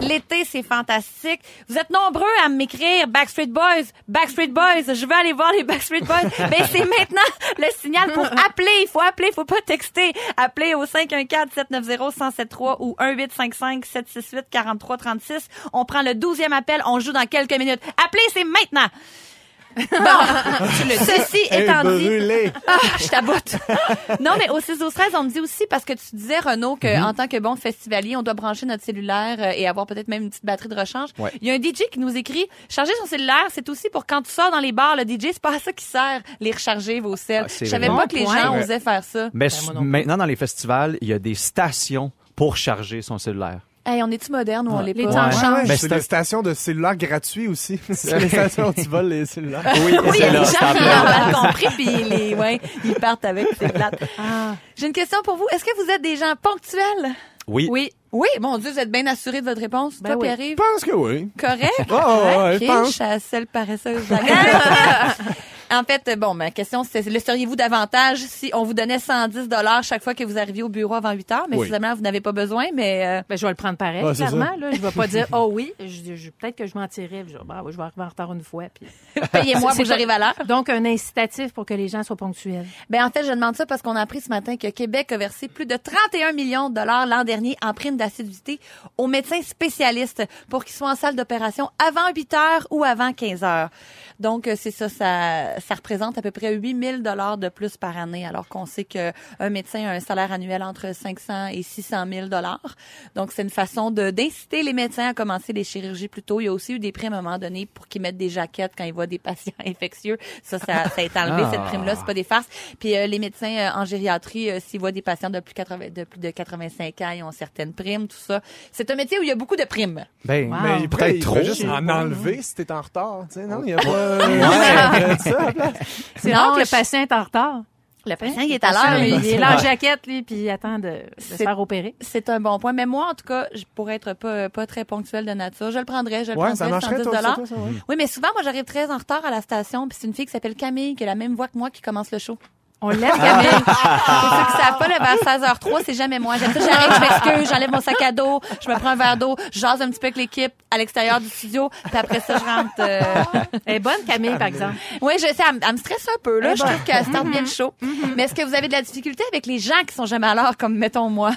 Speaker 2: L'été, c'est fantastique. Vous êtes nombreux à m'écrire Backstreet Boys, Backstreet Boys, je veux aller voir les Backstreet Boys. Ben, c'est maintenant le signal pour appeler. Il faut appeler, il faut pas texter. Appelez au 514-790-1073 ou 1855-768-4336. On prend le 12e appel, on joue dans quelques minutes. Appelez, c'est maintenant. Bon, ceci
Speaker 3: Hey,
Speaker 2: ben, étant dit...
Speaker 3: brûlé.
Speaker 2: [laughs] Ah, je taboute. non, mais au 6 au 13, on me dit aussi, parce que tu disais, Renaud, que
Speaker 5: Mhm.
Speaker 2: en tant que bon festivalier, on doit brancher notre cellulaire euh, et avoir peut-être même une petite batterie de rechange. Il
Speaker 5: Ouais.
Speaker 2: y a un DJ qui nous écrit, charger son cellulaire, c'est aussi pour quand tu sors dans les bars, le DJ, c'est pas à ça qui sert, les recharger vos
Speaker 5: Ah,
Speaker 2: cellules.
Speaker 5: c'est
Speaker 2: je savais
Speaker 5: vrai.
Speaker 2: pas
Speaker 4: Bon
Speaker 2: que les
Speaker 4: point.
Speaker 2: gens
Speaker 4: Ouais.
Speaker 2: osaient faire ça.
Speaker 5: mais
Speaker 4: Ben, moi non plus.
Speaker 5: maintenant, dans les festivals, il y a des stations pour charger son cellulaire.
Speaker 2: Hey, on est-tu moderne ou on l'est
Speaker 4: Les
Speaker 2: pas?
Speaker 4: temps
Speaker 5: Ouais.
Speaker 4: changent.
Speaker 5: Ouais. Ben,
Speaker 3: c'est
Speaker 5: c'est un-
Speaker 3: les stations de cellulaires gratuits aussi. [laughs] c'est les stations où tu voles les cellulaires.
Speaker 5: Oui,
Speaker 2: Oui, il y a des gens
Speaker 5: c'est
Speaker 2: qui
Speaker 5: là.
Speaker 2: l'ont mal compris, puis ils les- ouais, ils partent avec, c'est plate.
Speaker 4: Ah.
Speaker 2: J'ai une question pour vous. Est-ce que vous êtes des gens ponctuels?
Speaker 5: Oui.
Speaker 2: Oui. Oui, mon Dieu, vous êtes bien assuré de votre réponse.
Speaker 4: Ben
Speaker 2: Toi,
Speaker 4: oui.
Speaker 2: Pierre-Yves?
Speaker 3: Je pense que oui.
Speaker 2: Correct? Ah,
Speaker 3: Oh, ouais,
Speaker 2: Ok,
Speaker 3: je pense.
Speaker 2: je suis la [laughs] seule paresseuse de la gang. En fait, bon, ma question, c'est le seriez-vous davantage si on vous donnait 110 dollars chaque fois que vous arriviez au bureau avant 8 heures? Mais
Speaker 3: Oui.
Speaker 2: finalement, vous n'avez pas besoin, mais euh,
Speaker 4: Ben, je vais le prendre pareil,
Speaker 3: Ouais, c'est
Speaker 4: clairement.
Speaker 3: ça.
Speaker 4: Là, je vais pas dire, oh oui, je, je- peut-être que je mentirais. Je, vais dire, bah, oui, je vais arriver en retard une fois. Puis...
Speaker 2: payez-moi
Speaker 4: C'est-
Speaker 2: pour que
Speaker 4: c'est
Speaker 2: j'arrive à l'heure.
Speaker 4: Donc, un incitatif pour que les gens soient ponctuels.
Speaker 2: Ben en fait, je demande ça parce qu'on a appris ce matin que Québec a versé plus de 31 millions de dollars l'an dernier en prime d'assiduité aux médecins spécialistes pour qu'ils soient en salle d'opération avant 8 heures ou avant 15 heures. Donc euh, c'est ça, ça ça représente à peu près 8000 dollars de plus par année alors qu'on sait que un médecin a un salaire annuel entre 500 et 600 000 dollars. Donc c'est une façon de d'inciter les médecins à commencer les chirurgies plus tôt. Il y a aussi eu des primes à un moment donné pour qu'ils mettent des jaquettes quand ils voient des [laughs] patients infectieux. Ça ça, ça a été enlevé
Speaker 5: Ah.
Speaker 2: cette prime là, c'est pas des farces. Puis euh, les médecins euh, en gériatrie, euh, s'ils voient des patients de plus, 80 de plus de 85 ans, ils ont certaines primes, tout ça. C'est un métier où il y a beaucoup de primes.
Speaker 5: Ben,
Speaker 4: Wow.
Speaker 3: Mais
Speaker 5: peut-être
Speaker 3: après, il
Speaker 5: trop.
Speaker 3: peut juste en enlever si t'es en retard. Tu sais, non, il y a pas. Ouais, ça, à la place.
Speaker 4: C'est
Speaker 2: Non,
Speaker 4: rare que le
Speaker 2: je-
Speaker 4: patient est en retard.
Speaker 2: Le patient,
Speaker 4: Hein?
Speaker 2: il est à l'heure,
Speaker 4: patient,
Speaker 2: lui.
Speaker 4: Il est là en jaquette, lui, puis il attend de, de se
Speaker 2: C'est-
Speaker 4: faire opérer.
Speaker 2: C'est un bon point. Mais moi, en tout cas, je pourrais être pas, pas très ponctuelle de nature. Je le prendrais, je le
Speaker 3: Ouais,
Speaker 2: prendrais,
Speaker 3: ça marcherait
Speaker 2: 110
Speaker 3: toi, ça, toi, ça, ouais.
Speaker 2: Oui, mais souvent, moi, j'arrive très en retard à la station, puis c'est une fille qui s'appelle Camille, qui a la même voix que moi, qui commence le show.
Speaker 4: On l'aime,
Speaker 5: Ah.
Speaker 2: Camille.
Speaker 4: Camille.
Speaker 2: Pour ceux qui savent pas, là, vers 16h03, c'est jamais moi. J'aime ça, j'arrive, je m'excuse, j'enlève mon sac à dos, je me prends un verre d'eau, je jase un petit peu avec l'équipe à l'extérieur du studio, puis après ça, je rentre. euh,
Speaker 4: Elle est bonne, Camille, par exemple.
Speaker 2: Oui, je sais, elle, me- elle me stresse un peu,
Speaker 5: Eh
Speaker 2: là. Je
Speaker 5: ben.
Speaker 2: trouve qu'elle starte bien le
Speaker 5: Mm-hmm.
Speaker 2: show. Mais est-ce que vous avez de la difficulté avec les gens qui sont jamais à l'heure, comme mettons moi?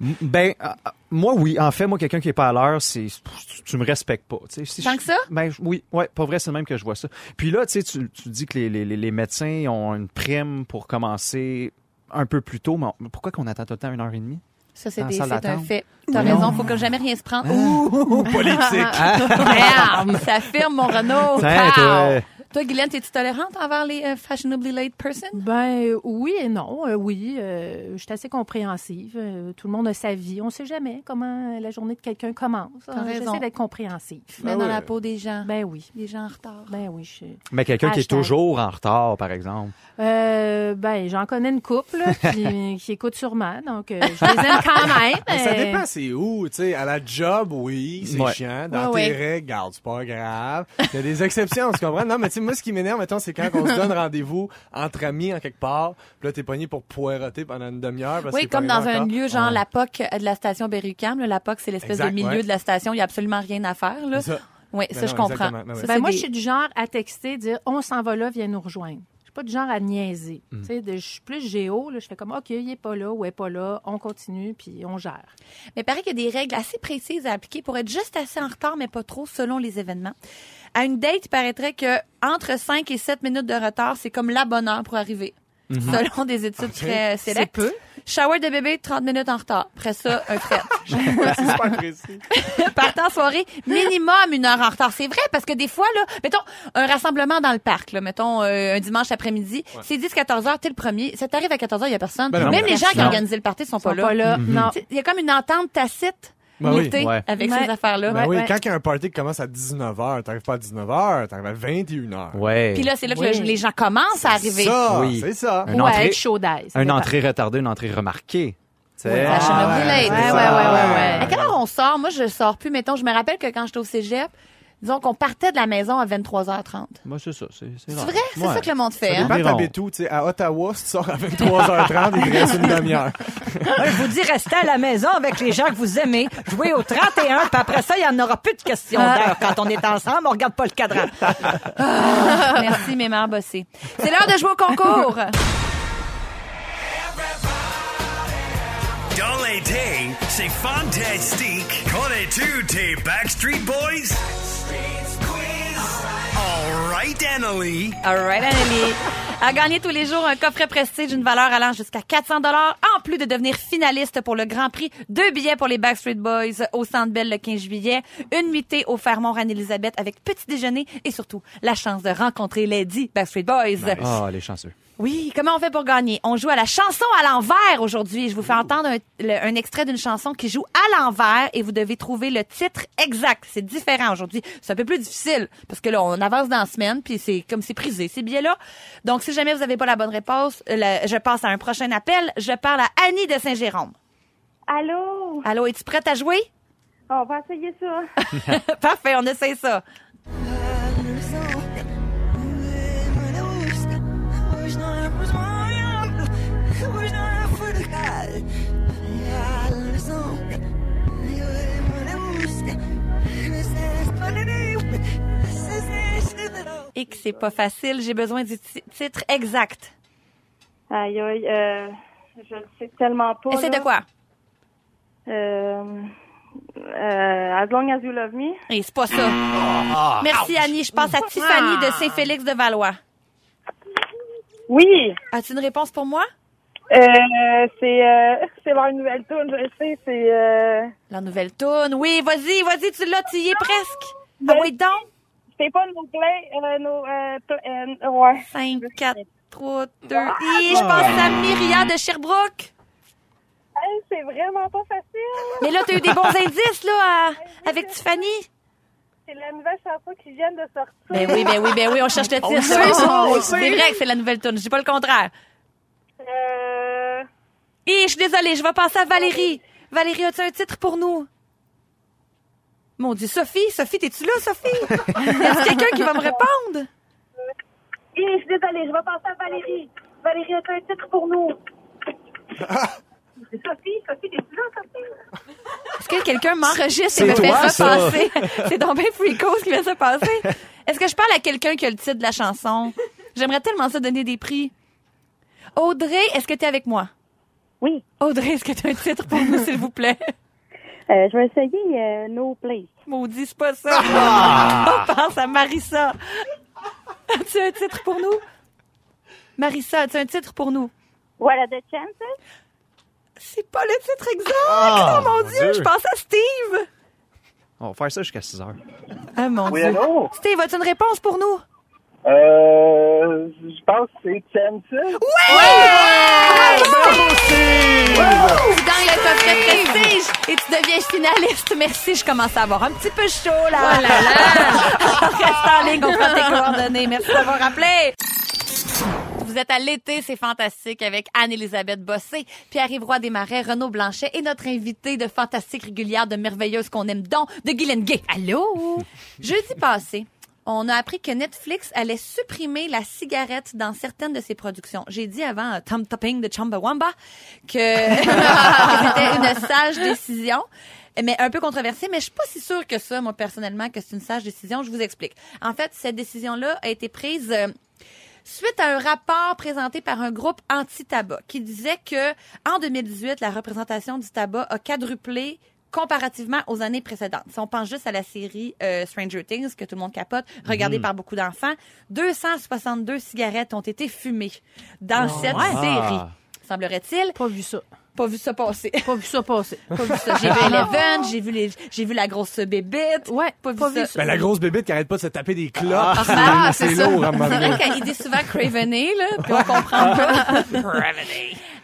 Speaker 5: M- Ben, euh, euh, moi, oui. En fait, moi, quelqu'un qui est pas à l'heure, c'est tu- tu me respectes pas. tu sais. Si
Speaker 2: Tant
Speaker 5: je-
Speaker 2: que ça?
Speaker 5: Ben, je- oui, ouais, pas vrai, c'est le même que je vois ça. Puis là, tu sais, tu, tu dis que les, les, les- les médecins ont une prime pour commencer un peu plus tôt, mais on- pourquoi qu'on attend tout le temps une heure et demie?
Speaker 2: Ça, c'est
Speaker 5: Dans
Speaker 2: des-
Speaker 5: la salle
Speaker 2: c'est un
Speaker 5: d'attente.
Speaker 2: fait. T'as
Speaker 5: Non.
Speaker 2: raison, faut que jamais rien se prenne. Ouh, [laughs]
Speaker 3: Politique.
Speaker 2: merde! Ça affirme, mon Renaud.
Speaker 5: Ah, Tiens, toi.
Speaker 2: Toi, Guylaine, t'es-tu tolérante envers les euh, fashionably late person?
Speaker 4: Ben euh, oui et non. Euh, oui, euh, je suis assez compréhensive. Euh, tout le monde a sa vie. On ne sait jamais comment la journée de quelqu'un commence.
Speaker 2: T'as
Speaker 4: Euh,
Speaker 2: raison.
Speaker 4: J'essaie d'être compréhensive.
Speaker 2: Mais dans la peau des gens.
Speaker 4: Ben oui.
Speaker 2: Les gens en retard.
Speaker 4: Ben oui, je suis-
Speaker 5: Mais quelqu'un qui est
Speaker 4: Hashtag.
Speaker 5: toujours en retard, par exemple.
Speaker 4: Euh, ben, j'en connais une couple là,
Speaker 2: [laughs]
Speaker 4: qui, qui écoute sûrement, donc euh, je les aime quand même.
Speaker 3: Mais ça
Speaker 4: Euh,
Speaker 3: dépend, c'est où, tu sais. À la job, oui, c'est
Speaker 5: Ouais.
Speaker 3: chiant. Dans
Speaker 2: Ouais,
Speaker 3: tes
Speaker 2: ouais.
Speaker 3: règles, garde, c'est pas grave. Il y a des exceptions, tu comprends? Non, mais tu sais, moi, ce qui m'énerve, mettons, c'est quand on se donne rendez-vous entre amis en quelque part, puis là, t'es pogné pour poireauter pendant une demi-heure. parce
Speaker 2: Oui,
Speaker 3: que t'es pas
Speaker 2: comme dans
Speaker 3: arrivé
Speaker 2: un
Speaker 3: encore.
Speaker 2: lieu genre la POC euh, de la station Berrucam. là. La POC, c'est l'espèce de
Speaker 3: Exact,
Speaker 2: milieu
Speaker 3: ouais.
Speaker 2: de la station. Il n'y a absolument rien à faire. Là.
Speaker 3: C'est ça.
Speaker 2: Oui,
Speaker 3: Ben
Speaker 2: ça,
Speaker 3: non,
Speaker 2: je comprends.
Speaker 3: exactement. Ben
Speaker 2: Ça,
Speaker 3: oui.
Speaker 2: c'est
Speaker 4: Ben, moi,
Speaker 2: des-
Speaker 4: je suis du genre à texter, dire on s'en va là, viens nous rejoindre. Je suis pas du genre à niaiser.
Speaker 2: Mm.
Speaker 4: Tu sais, de- Je suis plus géo, là, je fais comme OK, il est pas là ou elle est pas là, on continue puis on gère.
Speaker 2: Mais il paraît qu'il y a des règles assez précises à appliquer pour être juste assez en retard, mais pas trop, selon les événements. À une date, il paraîtrait que entre 5 et 7 minutes de retard, c'est comme la bonne heure pour arriver.
Speaker 3: Mhm.
Speaker 2: Selon des études très euh, sélectes.
Speaker 4: peu.
Speaker 2: Shower de bébé, 30 minutes en retard. Après ça, un
Speaker 3: [laughs]
Speaker 2: fret.
Speaker 3: C'est super précis.
Speaker 2: [laughs] Partant en soirée, minimum une heure en retard. C'est vrai, parce que des fois, là, mettons, un rassemblement dans le parc, là, mettons, euh, un dimanche après-midi, c'est 10-14 heures, t'es le premier. Ça t'arrive à 14 heures, il y a personne.
Speaker 3: Ben non,
Speaker 2: Même
Speaker 3: ben
Speaker 2: les gens qui
Speaker 5: non.
Speaker 2: organisaient le party sont,
Speaker 4: Ils sont
Speaker 2: pas là.
Speaker 4: pas
Speaker 5: Mm-hmm.
Speaker 4: là. Non.
Speaker 2: Tu sais, Il y a comme une entente tacite.
Speaker 3: Ben oui.
Speaker 2: notée
Speaker 5: Ouais.
Speaker 2: avec
Speaker 4: Ah. Ouais.
Speaker 2: ces affaires-là.
Speaker 3: Ben oui,
Speaker 4: ouais.
Speaker 3: quand il y a un party qui commence à 19h, t'arrives pas à 19h, t'arrives à 21h.
Speaker 5: Ouais.
Speaker 2: Puis là, c'est là que
Speaker 4: Oui.
Speaker 2: le- les gens commencent à arriver.
Speaker 3: Ça,
Speaker 5: Oui.
Speaker 3: c'est ça.
Speaker 5: Une
Speaker 4: ou à
Speaker 5: entrée-
Speaker 4: être chaud d'aise. ça
Speaker 5: une
Speaker 4: dépend.
Speaker 5: entrée retardée, une entrée remarquée. tu sais.
Speaker 2: Ah,
Speaker 3: Ah,
Speaker 2: Fashionably
Speaker 3: ouais,
Speaker 2: late.
Speaker 3: c'est
Speaker 4: Ouais,
Speaker 3: ça.
Speaker 4: ouais, ouais, ouais, ouais.
Speaker 2: À quelle heure on sort? Moi, je sors plus. Mettons, je me rappelle que quand j'étais au cégep, disons qu'on partait de la maison à 23h30.
Speaker 5: Moi, c'est ça. C'est c'est
Speaker 2: C'est
Speaker 5: rare.
Speaker 2: vrai? C'est
Speaker 5: Ouais.
Speaker 2: ça que le monde fait, hein?
Speaker 3: Quand
Speaker 5: Environ.
Speaker 3: t'habites où, tu sais, à Ottawa, si tu sors à 23h30, il te reste une demi-heure.
Speaker 8: Un, je vous dis, restez à la maison avec les gens que vous aimez. Jouez au 31, puis après ça, il n'y en aura plus de questions d'heure. Quand on est ensemble, on regarde pas le
Speaker 2: [laughs]
Speaker 8: cadran.
Speaker 2: Ah, Merci, mes mères bossées. C'est l'heure de jouer au concours.
Speaker 9: Dans les dés, c'est fantastique. Connais-tu tes Backstreet Boys? All right, Annalie.
Speaker 2: All right, Anneli. À gagner tous les jours un coffret prestige d'une valeur allant jusqu'à 400 dollars, en plus de devenir finaliste pour le Grand Prix, deux billets pour les Backstreet Boys au Centre Bell le 15 juillet, une nuitée au Fairmont Anne-Élisabeth avec petit déjeuner et surtout la chance de rencontrer les dix Backstreet Boys.
Speaker 5: Ah, les chanceux.
Speaker 2: Oui, comment on fait pour gagner? On joue à la chanson à l'envers aujourd'hui. Je vous fais entendre un, le- un extrait d'une chanson qui joue à l'envers et vous devez trouver le titre exact. C'est différent aujourd'hui. C'est un peu plus difficile parce que là, on avance dans la semaine puis c'est comme c'est prisé, ces billets-là. Donc, si jamais vous n'avez pas la bonne réponse, euh, la- je passe à un prochain appel. Je parle à Annie de Saint-Jérôme.
Speaker 10: Allô?
Speaker 2: Allô, es-tu prête à jouer?
Speaker 10: On va essayer ça.
Speaker 2: [laughs] Parfait, on essaie ça. et que c'est pas facile. J'ai besoin du ti- titre exact.
Speaker 10: Aïe, aïe, euh, je le sais tellement pas.
Speaker 2: Essaie
Speaker 10: là.
Speaker 2: de quoi?
Speaker 10: Euh, euh, as long as you love me.
Speaker 2: Et c'est pas ça. Merci, Annie. Je passe à Tiffany de Saint-Félix de Valois.
Speaker 10: Oui.
Speaker 2: As-tu une réponse pour moi?
Speaker 10: Euh, c'est, euh, [laughs] c'est leur nouvelle tune, je le sais, c'est, euh,
Speaker 2: La nouvelle tourne. Oui, vas-y, vas-y, tu l'as, tu y es presque. Ah oui, donc.
Speaker 10: c'est pas nos play, euh, nos, euh, pla- euh, ouais.
Speaker 2: 5, 4, 3, 2, et je pense à Myriam de Sherbrooke.
Speaker 10: Hey, c'est vraiment pas facile.
Speaker 2: Mais là, t'as eu des bons indices, là, à- avec Tiffany.
Speaker 10: C'est la nouvelle chanson qui vient de sortir.
Speaker 2: Ben oui, ben oui, ben oui, on cherche le titre.
Speaker 10: sait, ça, on
Speaker 2: C'est vrai que c'est la nouvelle tourne, je dis pas le contraire.
Speaker 10: Euh,
Speaker 2: Et je suis désolée, je vais passer à Valérie. Valérie, as-tu un titre pour nous? Mon Dieu, Sophie, Sophie, t'es-tu là, Sophie? Est-ce quelqu'un qui va me répondre?
Speaker 10: Hey, je suis désolée, je vais passer à Valérie. Valérie, as un titre pour nous? Sophie, Sophie, t'es-tu là, Sophie?
Speaker 2: Est-ce que quelqu'un m'enregistre
Speaker 5: C'est
Speaker 2: et me fait
Speaker 5: toi, ça.
Speaker 2: repasser? [laughs] C'est donc bien Freako ce qui vient de se passer. Est-ce que je parle à quelqu'un qui a le titre de la chanson? J'aimerais tellement ça donner des prix. Audrey, est-ce que t'es avec moi?
Speaker 10: Oui.
Speaker 2: Audrey, est-ce que t'as un titre pour nous, s'il vous plaît?
Speaker 10: Euh, je vais essayer euh, No Play.
Speaker 2: Maudit, c'est pas ça.
Speaker 5: Ah!
Speaker 2: [laughs] On pense à Marissa. As-tu un titre pour nous? Marissa, as-tu un titre pour nous?
Speaker 10: Voilà the chances?
Speaker 2: C'est pas le titre exact!
Speaker 5: Ah,
Speaker 2: oh mon
Speaker 5: mon
Speaker 2: Dieu,
Speaker 5: Dieu.
Speaker 2: je pense à Steve!
Speaker 5: On va faire ça jusqu'à 6 heures.
Speaker 2: Ah mon Dieu.
Speaker 11: allô?
Speaker 2: Steve, as-tu une réponse pour nous?
Speaker 11: Euh, je pense que c'est Chances.
Speaker 5: Bravo, Steve!
Speaker 2: Tu gagnes le coffret prestige et tu deviens finaliste. Merci, je commence à avoir un petit peu chaud Oh là. Reste [laughs] en ligne, on prend tes coordonnées. Merci d'avoir appelé. Vous êtes à l'été, c'est fantastique avec Anne-Élisabeth Bossé, Pierre-Yves Roy Desmarais, Renaud Blanchet et notre invité de fantastique régulière de merveilleuse qu'on aime donc, de Guylaine Gay. Allô? Jeudi passé, on a appris que Netflix allait supprimer la cigarette dans certaines de ses productions. J'ai dit avant euh, Tom Topping de Chumbawamba que [laughs] c'était une sage décision. Mais un peu controversée, mais je suis pas si sûre que ça, moi, personnellement, que c'est une sage décision. Je vous explique. En fait, cette décision-là a été prise euh, suite à un rapport présenté par un groupe anti-tabac qui disait que en 2018, la représentation du tabac a quadruplé comparativement aux années précédentes. Si on pense juste à la série euh, Stranger Things que tout le monde capote, regardée par beaucoup d'enfants, 262 cigarettes ont été fumées dans cette série. Semblerait-il,
Speaker 4: Pas vu ça.
Speaker 2: pas vu ça passer.
Speaker 4: Pas vu ça passer.
Speaker 2: Pas vu ça. J'ai
Speaker 4: Ah.
Speaker 2: vu Eleven, j'ai vu les, j'ai vu la grosse bébête.
Speaker 4: Ouais,
Speaker 2: pas vu ça.
Speaker 3: Ben, la grosse bébite qui arrête pas de se taper des clopes.
Speaker 2: Ah,
Speaker 3: c'est lourd hein. à un moment
Speaker 2: C'est
Speaker 3: donné.
Speaker 2: vrai qu'il dit souvent Craveney, là, puis on comprend pas.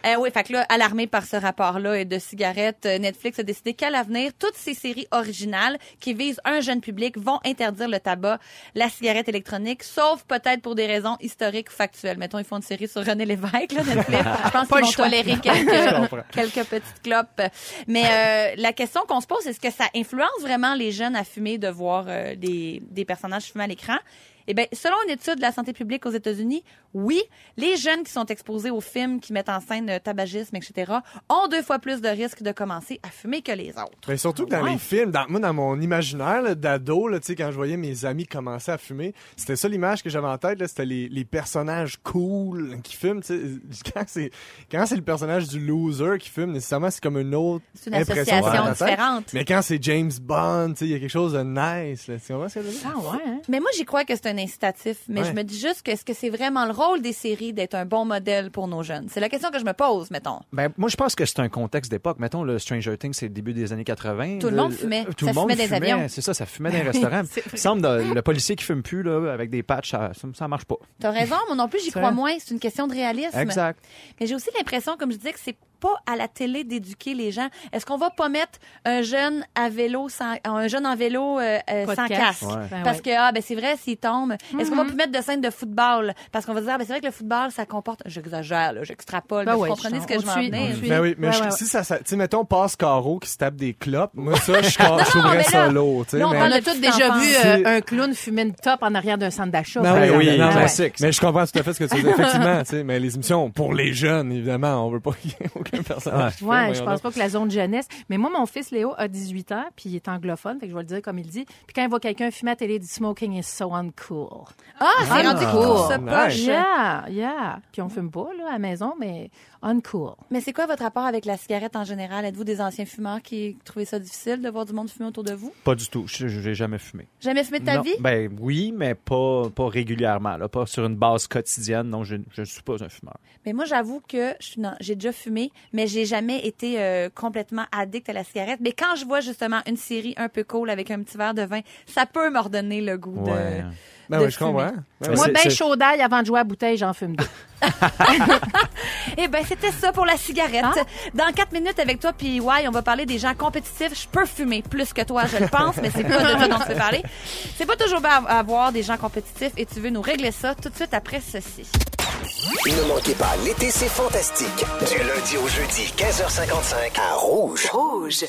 Speaker 2: Euh, oui, fait que là, alarmé par ce rapport-là et de cigarettes, euh, Netflix a décidé qu'à l'avenir, toutes ces séries originales qui visent un jeune public vont interdire le tabac, la cigarette électronique, sauf peut-être pour des raisons historiques ou factuelles. Mettons, ils font une série sur René Lévesque, là, Netflix. Je pense qu'ils vont tolérer quelques, quelques petites clopes. Mais euh, la question qu'on se pose, est-ce que ça influence vraiment les jeunes à fumer de voir euh, des, des personnages fumer à l'écran? Eh bien, selon une étude de la santé publique aux États-Unis, oui, les jeunes qui sont exposés aux films qui mettent en scène le tabagisme, etc., ont deux fois plus de risques de commencer à fumer que les autres.
Speaker 3: Mais surtout que dans
Speaker 2: Ouais.
Speaker 3: les films, dans, moi, dans mon imaginaire là, d'ado, là, tu sais, quand je voyais mes amis commencer à fumer, c'était ça l'image que j'avais en tête. là, C'était les, les personnages cool qui fument. tu sais. [laughs] Quand c'est quand c'est le personnage du loser qui fume, nécessairement, c'est comme une autre
Speaker 2: C'est une
Speaker 3: impression
Speaker 2: association
Speaker 3: que t'as dans ta tête.
Speaker 2: différente.
Speaker 3: Mais quand c'est James Bond, tu sais, il y a quelque chose de nice. Là. Tu comprends ce que je veux dire?
Speaker 4: Ah ouais, hein?
Speaker 2: Mais moi, j'y crois que c'est un incitatif. Mais
Speaker 3: Ouais.
Speaker 2: je me dis juste que est-ce que c'est vraiment le rôle des séries d'être un bon modèle pour nos jeunes? C'est la question que je me pose, mettons.
Speaker 5: Ben, moi, je pense que c'est un contexte d'époque. Mettons, le Stranger Things, c'est le début des années 80.
Speaker 2: Tout le monde fumait.
Speaker 5: Tout
Speaker 2: Ça
Speaker 5: le monde
Speaker 2: fumait des avions.
Speaker 5: C'est ça,
Speaker 2: [laughs]
Speaker 5: ça fumait dans les restaurants. Il semble de- le policier qui fume plus, là, avec des patchs, ça, ça- ça marche pas.
Speaker 2: T'as raison, moi non plus, j'y crois moins. C'est une question de réalisme.
Speaker 5: Exact.
Speaker 2: Mais j'ai aussi l'impression, comme je disais, que c'est pas à la télé d'éduquer les gens. Est-ce qu'on va pas mettre un jeune à vélo sans, un jeune en vélo euh, euh,
Speaker 4: Pas de
Speaker 2: sans
Speaker 4: casque.
Speaker 2: casque?
Speaker 5: Ouais.
Speaker 4: Ben
Speaker 2: Parce
Speaker 4: ouais. Mhm.
Speaker 2: que ah ben c'est vrai s'il tombe, est-ce qu'on va plus mettre de scène de football parce qu'on va dire ah, ben c'est vrai que le football ça comporte j'exagère là, j'extrapole,
Speaker 4: Ben
Speaker 2: mais
Speaker 4: ouais,
Speaker 2: vous comprenez
Speaker 4: je-
Speaker 2: ce que
Speaker 4: on
Speaker 2: je veux en
Speaker 4: suit,
Speaker 2: venir.
Speaker 4: on suit.
Speaker 3: Ben oui, mais
Speaker 4: Ouais,
Speaker 3: je-
Speaker 4: ouais, ouais.
Speaker 3: si ça, ça- tu sais, mettons, passe Caro qui se tape des clopes. Moi,
Speaker 2: [laughs]
Speaker 3: ça, je, je
Speaker 2: non, mais
Speaker 3: trouverais
Speaker 2: là-
Speaker 3: ça lourd. tu sais,
Speaker 2: là, on
Speaker 3: mais-
Speaker 2: parle
Speaker 4: On a
Speaker 2: de
Speaker 4: tous
Speaker 2: petite
Speaker 4: déjà
Speaker 2: enfance.
Speaker 4: vu euh,
Speaker 3: C'est-
Speaker 4: un clown fumer une top en arrière d'un centre d'achat.
Speaker 3: Ben
Speaker 4: par
Speaker 3: oui,
Speaker 4: exemple.
Speaker 5: Ah oui,
Speaker 3: non,
Speaker 5: ouais.
Speaker 3: mais-
Speaker 5: classique, ça.
Speaker 3: Mais je comprends tout à fait ce que tu dis. Effectivement, tu sais, mais les émissions pour les jeunes, évidemment, on veut pas qu'il y ait aucun personnage.
Speaker 4: Ouais, je pense pas que la zone jeunesse. Mais moi, mon fils Léo a 18 ans, puis il est anglophone, fait que je vais le dire comme il dit. Puis quand il voit quelqu'un fumer à télé, il dit smoking is so uncool.
Speaker 2: Ah, c'est rendu cool, ça, poche.
Speaker 4: Yeah, yeah. Puis on fume pas, là, à la maison, mais uncool.
Speaker 2: Mais c'est quoi votre rapport avec la cigarette en général? Êtes-vous des anciens fumeurs qui trouvaient ça difficile de voir du monde fumer autour de vous?
Speaker 5: Pas du tout. Je n'ai jamais fumé.
Speaker 2: Jamais fumé de ta
Speaker 5: Non.
Speaker 2: vie?
Speaker 5: Ben oui, mais pas, pas régulièrement. Là. Pas sur une base quotidienne. Non, je je ne suis pas un fumeur.
Speaker 2: Mais moi, j'avoue que je suis- non, j'ai déjà fumé, mais j'ai jamais été euh, complètement addict à la cigarette. Mais quand je vois justement une série un peu cool avec un petit verre de vin, ça peut me redonner le goût
Speaker 5: Ouais.
Speaker 2: de.
Speaker 3: Ben
Speaker 2: de
Speaker 3: oui, je
Speaker 2: fumer.
Speaker 3: comprends. Ben
Speaker 4: Moi,
Speaker 3: oui.
Speaker 4: ben chaud d'ail avant de jouer à la bouteille, j'en fume deux.
Speaker 2: Eh ben, c'était ça pour la cigarette. Dans quatre minutes avec toi, puis ouais, on va parler des gens compétitifs. Je peux fumer plus que toi, je le pense, mais c'est pas de toi dont tu veux parler. C'est pas toujours bien à avoir des gens compétitifs et tu veux nous régler ça tout de suite après ceci.
Speaker 1: Ne manquez pas, l'été, c'est fantastique. Du lundi au jeudi, 15h55, à Rouge. Rouge.